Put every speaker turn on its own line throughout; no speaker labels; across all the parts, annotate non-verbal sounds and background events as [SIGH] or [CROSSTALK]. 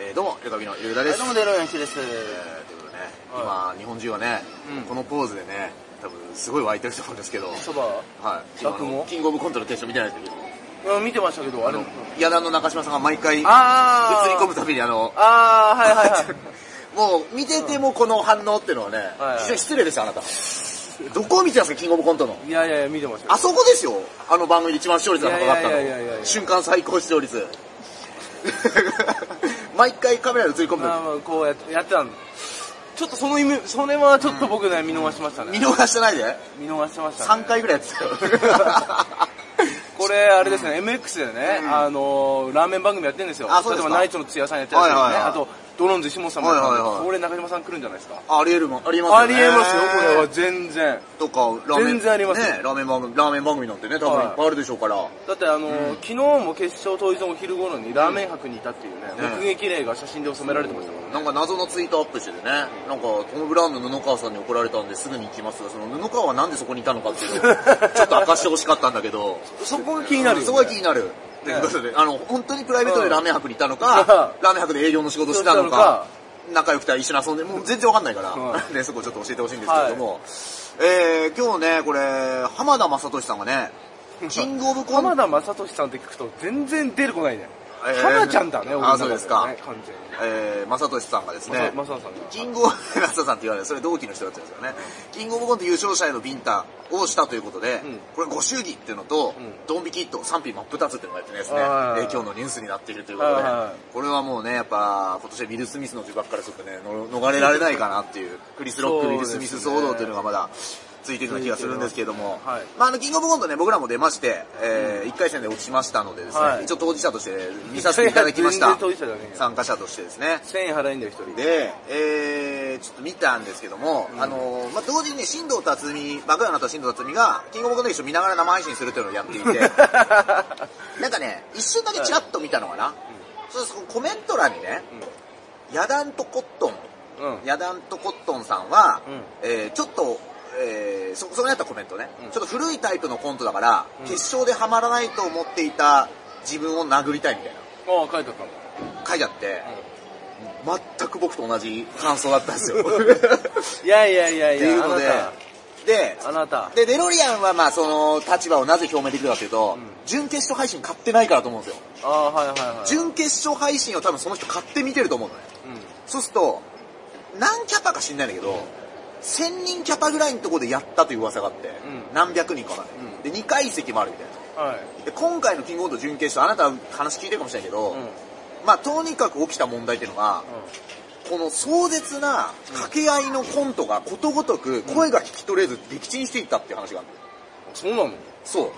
えーどうも、エルカビのゆうだで
は
す。
い、どうも、デロインシです。
えーということでね、
は
今、日本中はね、
うん
このポーズでね、多分すごい湧いてると思うんですけど、
そば、
はい。
僕も
あのキングオブコントの決勝見てないですけど、
うん、見てましたけど、あ
あ
れ
の、矢田の中島さんが毎回、映り
あー。
込むたびにあの、
あー、はいはいはい。
[LAUGHS] もう見ててもこの反応っていうのはね
はいはい、
非常に失礼です、あなた。どこを見てたんですか、キングオブコントの。 [LAUGHS]
いやいやいや、見てました
あ
よ。
そこですよ、あの番組で一番視聴率が高かった
いやいやいやいやい
の。
や
瞬間最高視聴
[LAUGHS]
率。毎回カメラで映り込む
まあ
と
まあ、こうやって、やってたんでちょっとそのイメそれはちょっと僕ね、見逃しました
き見
ね。
逃してないで。
見逃してましたね。
3回ぐらいやってたよ。
これ、あれですね、MX でね、
うん
あのー、ラーメン番組やってるんですよ。
あそうですか
例えば、ナイツの土屋さんやってたりとかね、
はいはいはい
あと、ドローンズ石本さんもやってたん
は
で、
いはいはい
これ中島さん来るんじゃないですか。
[LAUGHS] ありえるもん、ありえます
あ
よ
り
ね。
えますよ、これは、全然。
とか、ラーメン。
全然ありますよ
ね、ラーメン番組、ラーメン番組なんてね、多分いっぱいあるでしょうから。
だってあのー昨日も決勝当日のお昼頃にラーメン博にいたっていうね、
ね
目撃例が写真で収められてましたからね。
なんか謎のツイートアップしててね、なんかトム・ブラウンの布川さんに怒られたんですぐに行きますが、その布川はなんでそこにいたのかっていうのをちょっと明かしてほしかったんだけど、
そこが気になるよ、ね。
すごい気になる。ということで、あの、本当にプライベートでラーメン博にいたの
[LAUGHS]
か、
う
ラーメン博で営業の仕事してたの
そうしたの
か
か、
仲良くて一緒に遊んで、もう全然わかんないから、
う
[LAUGHS] ね、そこちょっと教えてほしいんですけれども、えー、今日ね、これ、浜田雅俊さんが
[LAUGHS]
ね、キングオブコント
浜田雅俊さんって聞くと全然出てこない
え
ね。
ー
花ちゃんだね、俺の中
あそうですか
ね完全に
えー、正俊さんがですね、
まさまささんが
キングオブ、正俊さんって言わない、それ同期の人だったんですよね。キングオブコント優勝者へのビンタをしたということで、
うん
これご祝儀っていうのと、
うん
ドン引きと賛否真っ二つっていうのがやってねですね、え
はい
ー今日のニュースになっているということで、
はいは
これはもうね、やっぱ今年はウィル・スミスの呪縛からちょっとね、の逃れられないかなっていう、クリス・ロック、
そう
ウィ
で
ル・
す
ス
ね
ミス騒動というのがまだ、ついてるような気がするんですけれども、
はい
まああのキングオブコントね、僕らも出まして、え1回戦で落ちましたのでですね、
はい
一応当事者として見させていただきました
全然。当事者じゃねえよ。
参加者としてですね。
1000円払いんだよ、一人。
で、えー、ちょっと見たんですけども、
ん
あのー、まあ、同時にね、新藤辰巳、僕らの後は新藤辰巳が、キングオブコント一緒見ながら生配信するというのをやってい
[LAUGHS]
て、なんかね、一瞬だけチラッと見たのかな。そうです、コメント欄にね、ヤダンとコットン、
うん。うん。
ヤダンとコットンさんは、
うん
えーちょっと、えーそ、そこにあったコメントね、
うん
ちょっと古いタイプのコントだから、
うん
決勝ではまらないと思っていた自分を殴りたいみたいな。
ああ、書いてあったの。
書いてあって、全く僕と同じ感想だったん
[LAUGHS]
ですよ。
いやいやいや
っ
い
ていう
や、あ
の
な
で
た。、
で、
あなた。
で、デロリアンはまあその立場をなぜ表明できるかというと、
うん
準決勝配信買ってないからと思うんですよ。
ああ、はいはいはい。
準決勝配信を多分その人買って見てると思うのね。
うん。
そうすると、何キャパか知んないんだけど、1000人キャパぐらいのところでやったという噂があって、
うん
何百人かま
うん
で。で、2階席もあるみたい
はい。
な。で、今回のキングオブコント準決勝、あなたは話聞いてるかもしれないけど、
うん。うん。
まあとにかく起きた問題っていうのが、この壮絶な掛け合いのコントがことごとく声が聞き取れず撃沈していったっていう話がある
そうなの
そう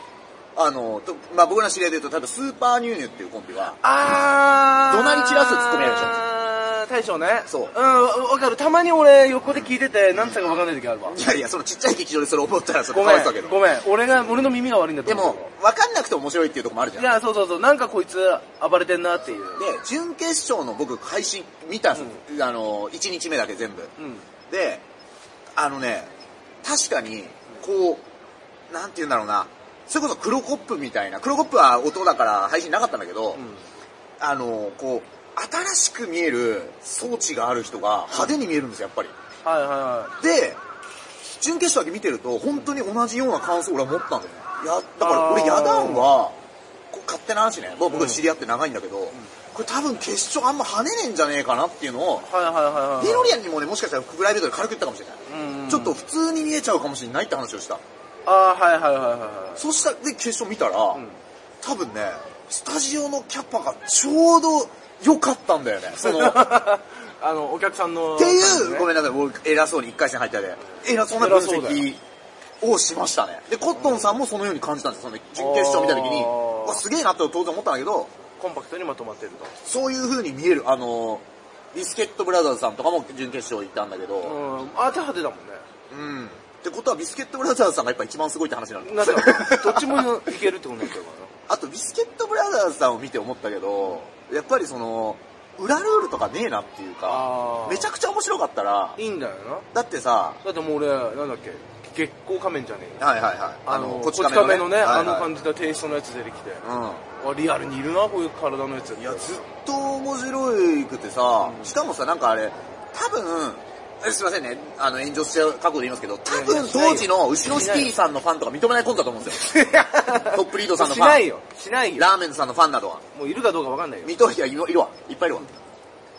あのと、まあ、僕らの知り合いで言うと例えばスーパーニューニューっていうコンビは
あー。
怒鳴り散らすツッコミやるでしょ
あー大将ね。
そう
うん、わわかる。たまに俺横で聞いてて、なんつったかわかんない時あるわ。
いやいやそのちっちゃい劇場でそれ思ったらそれ
ご
か
め
わいそうだけ
ん、
ど
ごめん。俺が、俺の耳が悪いんだと
で
思う
も分かんなくて面白いっていうところもあるじゃ
い
んで
や、そうそうそう。なんかこいつ暴れてんなっていう。
準決勝の僕配信見たんですよ、あの1日目だけ全部
うん。
であのね確かにこうなんて言うんだろうなそれこそ黒コップみたいな黒コップは音だから配信なかったんだけど、あのこう新しく見える装置がある人が派手に見えるんですよやっぱり
はいはいは
で準決勝だけ見てると本当に同じような感想を俺は持ったんだよねやだから俺
あー
ヤダンはこう勝手な話ね僕
う
僕
ん
知り合って長いんだけど、これ多分決勝あんま跳ねねえんじゃねえかなっていうのを
い。はいはいはいはい。
デロリアンにもねもしかしたらプライベートで軽く言ったかもしれない、
うんうん
ちょっと普通に見えちゃうかもしれないって話をした
あー、はいはいはいはいは
そしたらで決勝見たら、
い。うん。
多分ねスタジオのキャパがちょうど良かったんだよねそ
[LAUGHS]
の
あの、お客さんの。
っていう、ごめん
ん。
なさい、僕、偉そうに1回戦入ったで、偉そうな分
偉そうだ
析をしましたね。で、コットンさんもそのように感じたんですよ、その準決勝見た時に、
あー
うわすげえなって当然思ったんだけど、
コンパクトにまとまってると。
そういう風に見える、あの、ビスケットブラザーズさんとかも準決勝行ったんだけ
う
ど、
ん。あー、手派手だもんね。
うん。ってことは、ビスケットブラザーズさんがやっぱ一番すごいって話なん
な
だ [LAUGHS]
んか、どっちもいけるってことになっちゃうか
あと、ビスケットブラザーズさんを見て思ったけど、やっぱりその、裏ルールとかねえなっていうか
あ、ー
めちゃくちゃ面白かったら
らな。、いいんだよな。
だってさ、
だってもう俺、なんだっけ、月光仮面じゃねえよ。
はいはいはい。
あの、こ
こ
ち
ち
亀
亀
の
の
ね、
ね、
あの
はいはい
感じのテイストのやつ出てきて。
うん。
[LAUGHS] あ、リアルにいるな、こういう体のやつ。
いや、ずっ当面白くてさ、
うん
しかもさ、なんかあれ、多分、えすいませんね、あの、炎上しちゃう覚悟で言いますけど、多
いやい
分
やしないよ
当時の後ろシティさんのファンとか認めないコントだと思うんですよ。トップリードさんの
し
ファン。
ないよ。しないよ。
ラーメンズさんのファンなどは。
もういるかどうかわかんないよ。
見といやいるいるわ。いっぱいいるわ。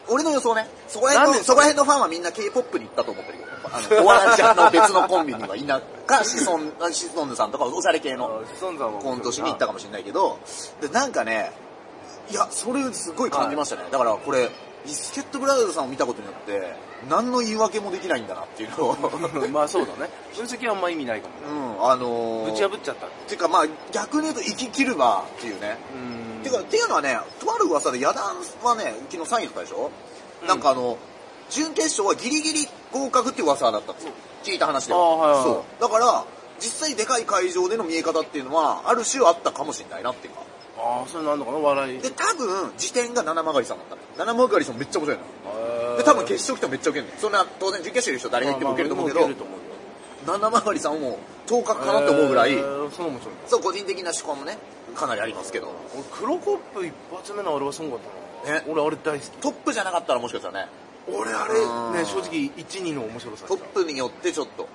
俺の予想ね。そこら
ラー
辺
メン
の、
ズ
そこら辺のファンはみんな K-POP に行ったと思ってるけど。あの、お笑いちゃんの別のコンビにはいなか、シソン、シソンヌさんとかおしゃれ系の。
シソンさんは
コントしに行ったかもしれないけど、でなんかね、いや、それすごい感じましたね。だからこれ、ビスケットブラザーズさんを見たことによって、何の言い訳もできないんだなっていう
[LAUGHS]
のを、う
まあそうだね。分析はあんま意味ないかも。
ん、あのー、
ぶち破っちゃった。う
てかまあ逆に言うと生き切るばっていうね。
ーん
てか、っていうのはね、とある噂で野団はね、うちの3位だったでしょ、
うん
なんかあの、準決勝はギリギリ合格っていう噂だったんですよ。聞いた話では。
あーはいはい
そう。だから、実際でかい会場での見え方っていうのは、ある種あったかもしれないなっていうか。
ああ、それなんのかな笑い。
で、多分、時点が七曲りさんだったの。七曲りさんめっちゃ面白いの。で、
で
多分決勝来てもめっちゃウケるのよそんな、当然準決勝優勝誰が行ってもウケると思うけど、七曲りさんも当格かなって思うぐらい、
そうもちろん。
そう、個人的な思考もね、かなりありますけど、
俺、黒コップ一発目のあれはすごかったな。
ね
俺、あれ大好き。
トップじゃなかったらもしかしたらね、
俺、あ
うん
れ、ね、正直、1、2の面白さ
トップによってちょっと。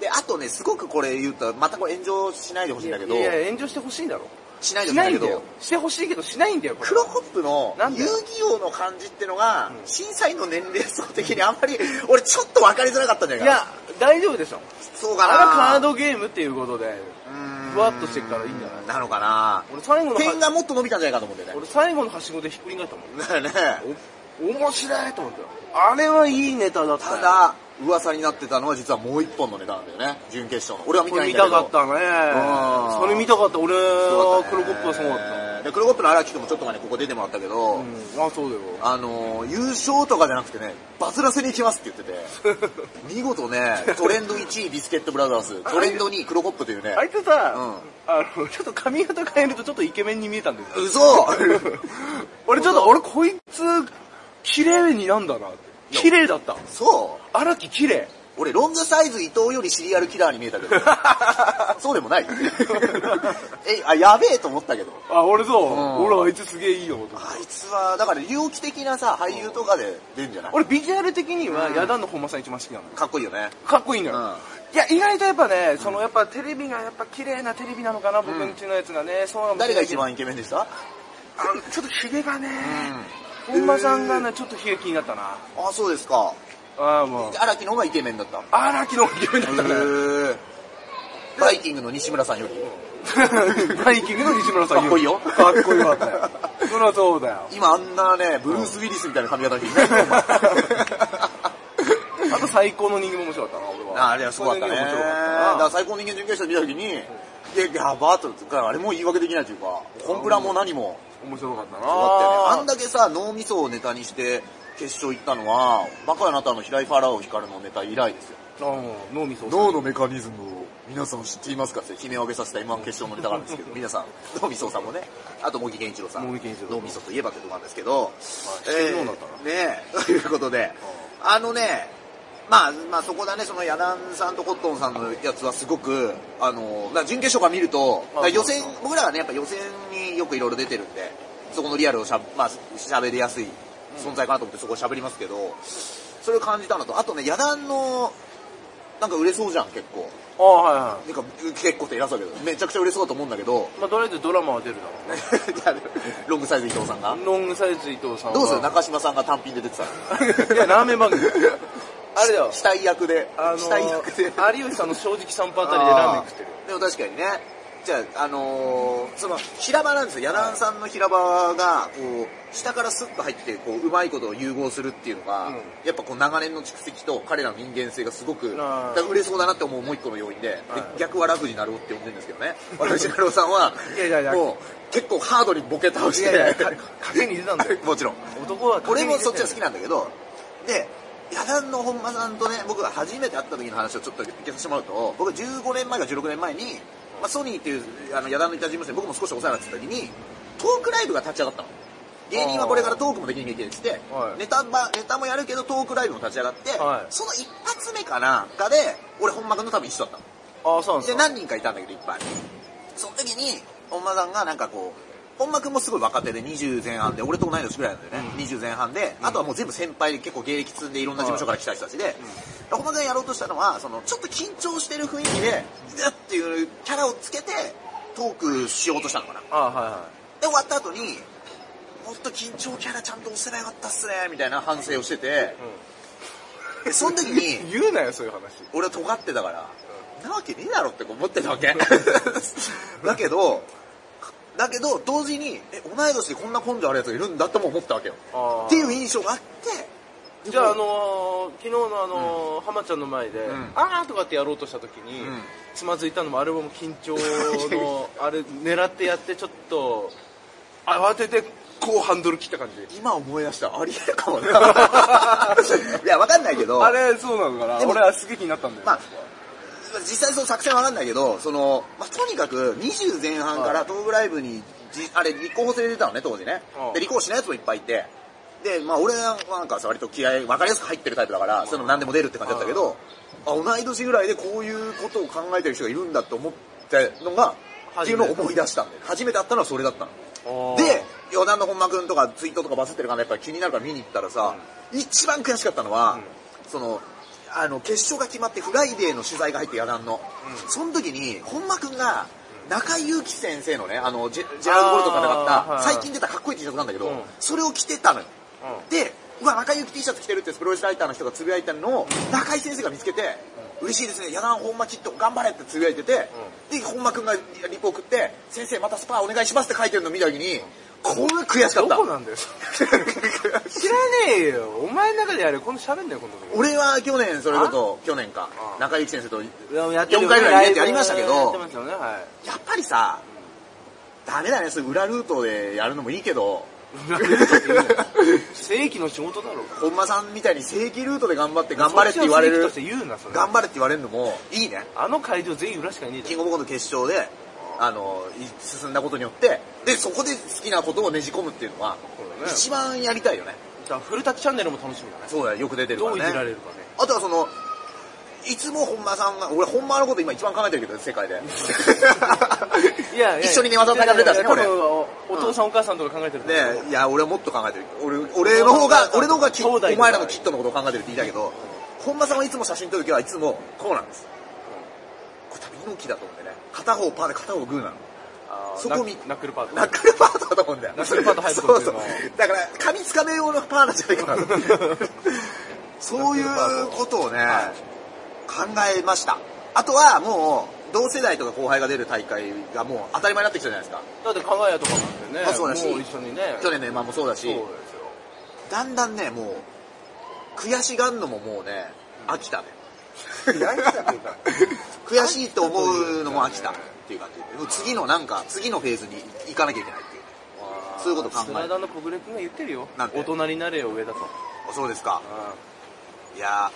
で、あとね、すごくこれ言うと、またこれ炎上しないでほしいんだけど、
いやいや、炎上してほしいだろ。
しないで
し
ほしいんだけ
ないんだよ
ど、。
してほしいけど、しないんだよ、これ
クロコップの
なんで
遊戯王の感じってのが
う、ん
審査員の年齢層的にあんまり、俺ちょっと分かりづらかったんじゃない
い
かな。
や、大丈夫でしょ。
そう
あ
か
れ
な。
はカードゲームっていうことで、
ふ
ふわっとしてっからいいんじゃない
なのかな
俺最後のは、
点がもっと伸びたんじゃないかと思ってね。
俺最後のはしごでひっくり返ったもん。
だよね。
お面白いと思ったよ。あれはいいネタだったよ。
ただ、噂になってたのは実はもう一本のネタなんだよね。準決勝の。俺は見て
これ
ないん
見
だ
た
けど。
かった
うん
ね。それ見たかった。俺は黒コップはすごかった。
た。で、黒コップの荒木君もちょっと前にここ出てもらったけど、
うん、あ、そうだよ。
あのー優勝とかじゃなくてね、バズらせに行きますって言っ
[LAUGHS]
てて、見事ね、トレンド1位ビスケットブラザーズ、トレンド2位黒コップというね
あ、いつさ、
う
あの、ちょっと髪型変えるとちょっとイケメンに見えたんだよ。
嘘
[LAUGHS] 俺ちょっと、俺こいつ、綺麗になんだなって。綺麗だった。
そう
荒木綺麗。
俺ロングサイズ伊藤よりシリアルキラーに見え [LAUGHS] たけど、そうでも [LAUGHS] ない。え、あ、やべえと思ったけど。
あ、俺そう。
ん
俺あいつすげえいいよ。と思って
あいつは、だから猟奇的なさ、俳優とかで出んじゃない
俺ビジュアル的には、ヤダンの本間さん一番好きなの。
かっこいいよね。
かっこいいのよ、
う
いや意外とやっぱねそのやっぱテレビがやっぱ綺麗なテレビなのかな、僕んちのやつがねそうなん
誰が一番イケメンでした
ちょっとヒゲがね、本間さんがねちょっとヒゲ気になったな
あ、そうですか。
ああもう
荒木の方がイケメンだった。
荒木のイケメンだった [LAUGHS] ね
へえバイキングの西村さんより。
バイキングの西村さん
かっこいいよ
かっこよかったよそりゃそうだよ
今あんなね、ブルース・ウィリスみたいな髪型 [LAUGHS] の人いない
[LAUGHS] あと最高の人間も面白かったな俺は
あれはすごかったね。
最
だから最高
高の人間面白かっ
の人間準決勝見たときに、いや、やばーっと、だからあれも言い訳できないというか、コンプラも何も、
たな面白かったな
そうだったよね。あんだけさ、脳みそをネタにして決勝行ったのは、バカあなたの平井ファラオ光のネタ以来ですよ。
うん脳みそ
脳のメカニズムを皆さん知っていますかって悲鳴を上げさせた M1 決勝のネタがあるんですけど、皆さん、脳みそさんもね、あと茂木健一郎さん、
茂木健一郎
脳みそといえばってとこなんですけど、
知ってるようになった
えーねえ [LAUGHS] ということで、あのね、まあ、まあそこだね、そのヤダンさんとコットンさんのやつはすごく、あの、だから準決勝から見ると、だから予選
そうそ、
僕らはね、やっぱ予選によくいろいろ出てるんで、そこのリアルをしゃ、まあ、喋りやすい存在かなと思ってそこを喋りますけど、それを感じたのと、あとね、ヤダンの、なんか売れそうじゃん、結構。
ああはいは
なんか、結構って偉そうだけど、めちゃくちゃ売れそうだと思うんだけ
[LAUGHS]
ど、
いまあとりあえずドラマは出るだろうね
いやロングサイズ伊藤さんが。
ロングサイズ伊藤さんは
どうする中島さんが単品で出てたの。
[LAUGHS] いや、ラーメン番組。あれだよ。
死体役で、
[LAUGHS] あの
死体役で。
ー、有吉さんの正直散歩あたりでラーメン食ってる。
でも確かにね。じゃあ、あのーその、平場なんですよ。柳ンさんの平場が、こう、下からスッと入って、こう、うまいことを融合するっていうのが、
うん
やっぱこう、長年の蓄積と彼らの人間性がすごく、
あ
だ
ー
から売れそうだなって思うもう一個の要因で、で
はい
逆は楽になろうって呼んでるんですけどね。私、なるおさんは、
いやいやいや
もう、結構ハードにボケ倒して、
か賭けに出たんだよ。
もちろん。
[LAUGHS] 男は
俺もそっちは好き
な
なんだけど、で、野団の本間さんとね、僕が初めて会った時の話をちょっと聞かせてもらうと、僕15年前か16年前に、まあ、ソニーっていうあの野団のいた事務所に僕も少しお世話になってた時に、トークライブが立ち上がったの。芸人はこれからトークもできなきゃいけないって言って、
はい
ネタば、ネタもやるけどトークライブも立ち上がって、
はい
その一発目かなんかで、俺本間君と多分一緒だったの。
ああ、そうなん
で
で
す
か。
何人かいたんだけどいっぱいその時に本間さんがなんかこう本間君もすごい若手で20前半で、俺と同い年ぐらいなんだよね、20前半で、あとはもう全部先輩で結構芸歴積んでいろんな事務所から来た人たちで、本間君やろうとしたのは、そのちょっと緊張してる雰囲気で、うわっていうキャラをつけて、トークしようとしたのかな。
あはいは
で、終わった後に、もっと緊張キャラちゃんと押せばよかったっすね、みたいな反省をしてて、でその時に、
い言うなよそういう話
俺は尖ってたから、なわけねえだろって思ってたわ
[LAUGHS]
け。だけど、だけど同時に、え、同い年でこんな根性あるやつがいるんだっても思ったわけよ。
あー
っていう印象があって、
じゃあ、あ
でも、
のー昨日のあのー浜ちゃんの前で、
ん
あーとかってやろうとした時に、
うん
つまずいたのもあれはもう緊張の、
[LAUGHS]
あれ狙ってやってちょっと、慌ててこうハンドル切った感じ。
今思い出したありえるかもね。
[LAUGHS]
いや、わかんないけど、
あれ、そうなのかな
でも
俺はすげえ気になったんだよ。
まあ、実際その作戦わかんないけど、その、まあ、とにかく20前半か
は
ら
い
東部ライブに、じあれ、立候補制で出たのね、当時ね
うん。
で、立候補しないやつもいっぱいいて。で、まあ、俺はなんかさ、割と気合い、わかりやすく入ってるタイプだから、そういうの何でも出るって感じだったけど、あ、同い年ぐらいでこういうことを考えてる人がいるんだと思ったのが、っ
初
てい
め
う
て
のを思い出したんだよ。初めて会ったのはそれだったの。
あー
で、余談の本間くんとかツイートとかバズってるからやっぱり気になるから見に行ったらさ、一番悔しかったのは、その、あの、決勝が決まってフライデーの取材が入って余談の。その時に、本間くんが、中井祐樹先生のね、あの、ジェジェラード・ボルトから
あーは
買
い
っ
は
た、
い
最近出たかっこいい T シャツなんだけど、
うん
それを着てたのよ。
うん
で、うわ、中井ゆき T シャツ着てるってプロレスライターの人がつぶやいたのを、中井先生が見つけて、嬉しいですね、やだん、本間きっと頑張れってつぶやいてて、で、本間くんがリポ送って、先生またスパーお願いしますって書いてるの見たときに、これ悔しかっ
ど
た
こ。なんだよ。知らねえよ。お前の中でやれよ。今度喋んだよ、今度。
[LAUGHS] 俺は去年、それこそ、去年か、
うん
中井ゆき先生と、
や
ってるよ4回ぐらいやってやりましたけど
やってましたよね、は
[LAUGHS] やっぱりさ、ダメだね、そういう裏ルートでやるのもいいけど、
い。正規の仕事だろうが。
本間さんみたいに正規ルートで頑張って頑張れって言われ
そ
る
っち、の正規として言うな、それ。
頑張れって言われるのもいいね。
あの会場全員裏しかいねえ
キ
じ
ング
ゃ
オブコント決勝で、あの、い進んだことによって、で、そこで好きなことをねじ込むっていうのは、
そうだね
一番やりたいよね。
ん。じゃあ、古滝チャンネルも楽しみだね。
そうだよ、よく出てるか
ど
ら
うい
ね。
じられるかね。
あとはその、いつも本間さんが、俺本間のこと今一番考えてるけど、世界
[LAUGHS]
で。
いやいや
一緒に寝技戦ってたしね、俺。
多
ね
分お父さんお母さんとか考えてると思う
いや、俺はもっと考えてる。俺、俺の方が、俺の方がき、
兄弟とか
お前らのキットのことを考えてるって言いたいけど、本間さんはいつも写真撮る時はいつもこうなんです。これ多分猪木だと思うんでね。片方パーで片方グーなの。
あー
そこ見
ナナックルパート
ナックルパートだと思うんだよ。
ナックルパート入る
そ
とこ
う
って
そ
い
うう
のは。
だから、髪つかめ用のパーなんじゃないかな。そういうことをね、考えました。あとはもう、同世代とか後輩が出る大会がもう当たり前になってきたじゃないですか。
だって輝とかなんでね
まあそうだし
もう一緒にね
去年の M1 もそうだし
そう、ですよ
だんだんね、もう、悔しがんのももうね、飽きたね。 [LAUGHS] 悔しいと思うのも飽きたっていう感じで。もう次のなんか、次のフェーズに行かなきゃいけないっていう。そういうこと考える
スライダーの小暮君が言ってるよ
なんて
大人になれよ上だと
あそうですか。いや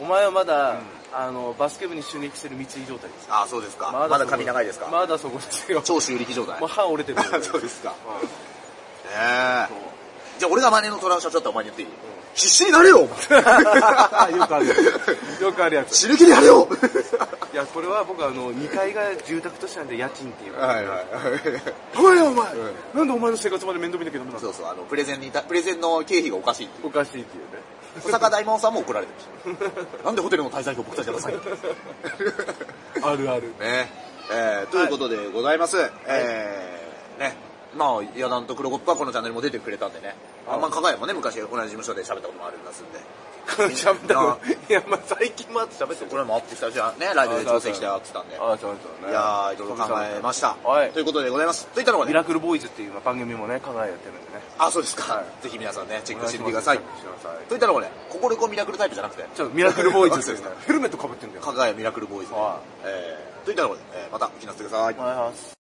お前はまだ、あのバスケ部に就任してる三井状態です
ー、あーそうですか。まだ
そこ
髪長いですか
まだそこですよ
超修力状態
もう。歯折れてるよ
そうですか。ね
うん
え。じゃあ俺がマネの虎の社長だったらお前に言っていい、必死になれ [LAUGHS] よお前 [LAUGHS]
よくあるやつよくあるやつ
死ぬ気でやれ [LAUGHS] よ
いやこれは僕あの2階が住宅都市なんで家賃っていう
はいはい。
おいお前、
うん
なんでお前の生活まで面倒見なきゃダメなの
そうそう、あの、プレゼンにた、プレゼンの経費がおかしいっていう。
おかしいっていうね
小坂大門さんも怒られてるし。なんでホテルの滞在費を僕たちが出さない
[LAUGHS] あるある
ねえー、ということでございます。えー、ね。まあ、ヤダンと黒コップはこのチャンネルも出てくれたんでね。あんま加賀谷もね、昔同じ事務所で喋ったこともありますんで。
この喋ったの [LAUGHS] いやまあ最近もあって喋って
これもアップしたし、ね、ライブで調整してあってたんで。
ああそうそうね
いやー、いろいろ考えました。
はい
ということでございます。といったのが
ミ
ね、
ラクルボーイズっていう番組もね香川やってるんでね
あ、そうですか。ぜひ皆さんね、チェックしてみてください。
お願いします
といったのがね、ここでこうミラクルタイプじゃなくて、
ちょっとミラクルボーイズってい
そう
う
です
ね
か
ヘルメットかぶってんだよ
かがやミラクルボーイズで
は。
えーといったのがね、えーまたお聞きなさってください。
お願いします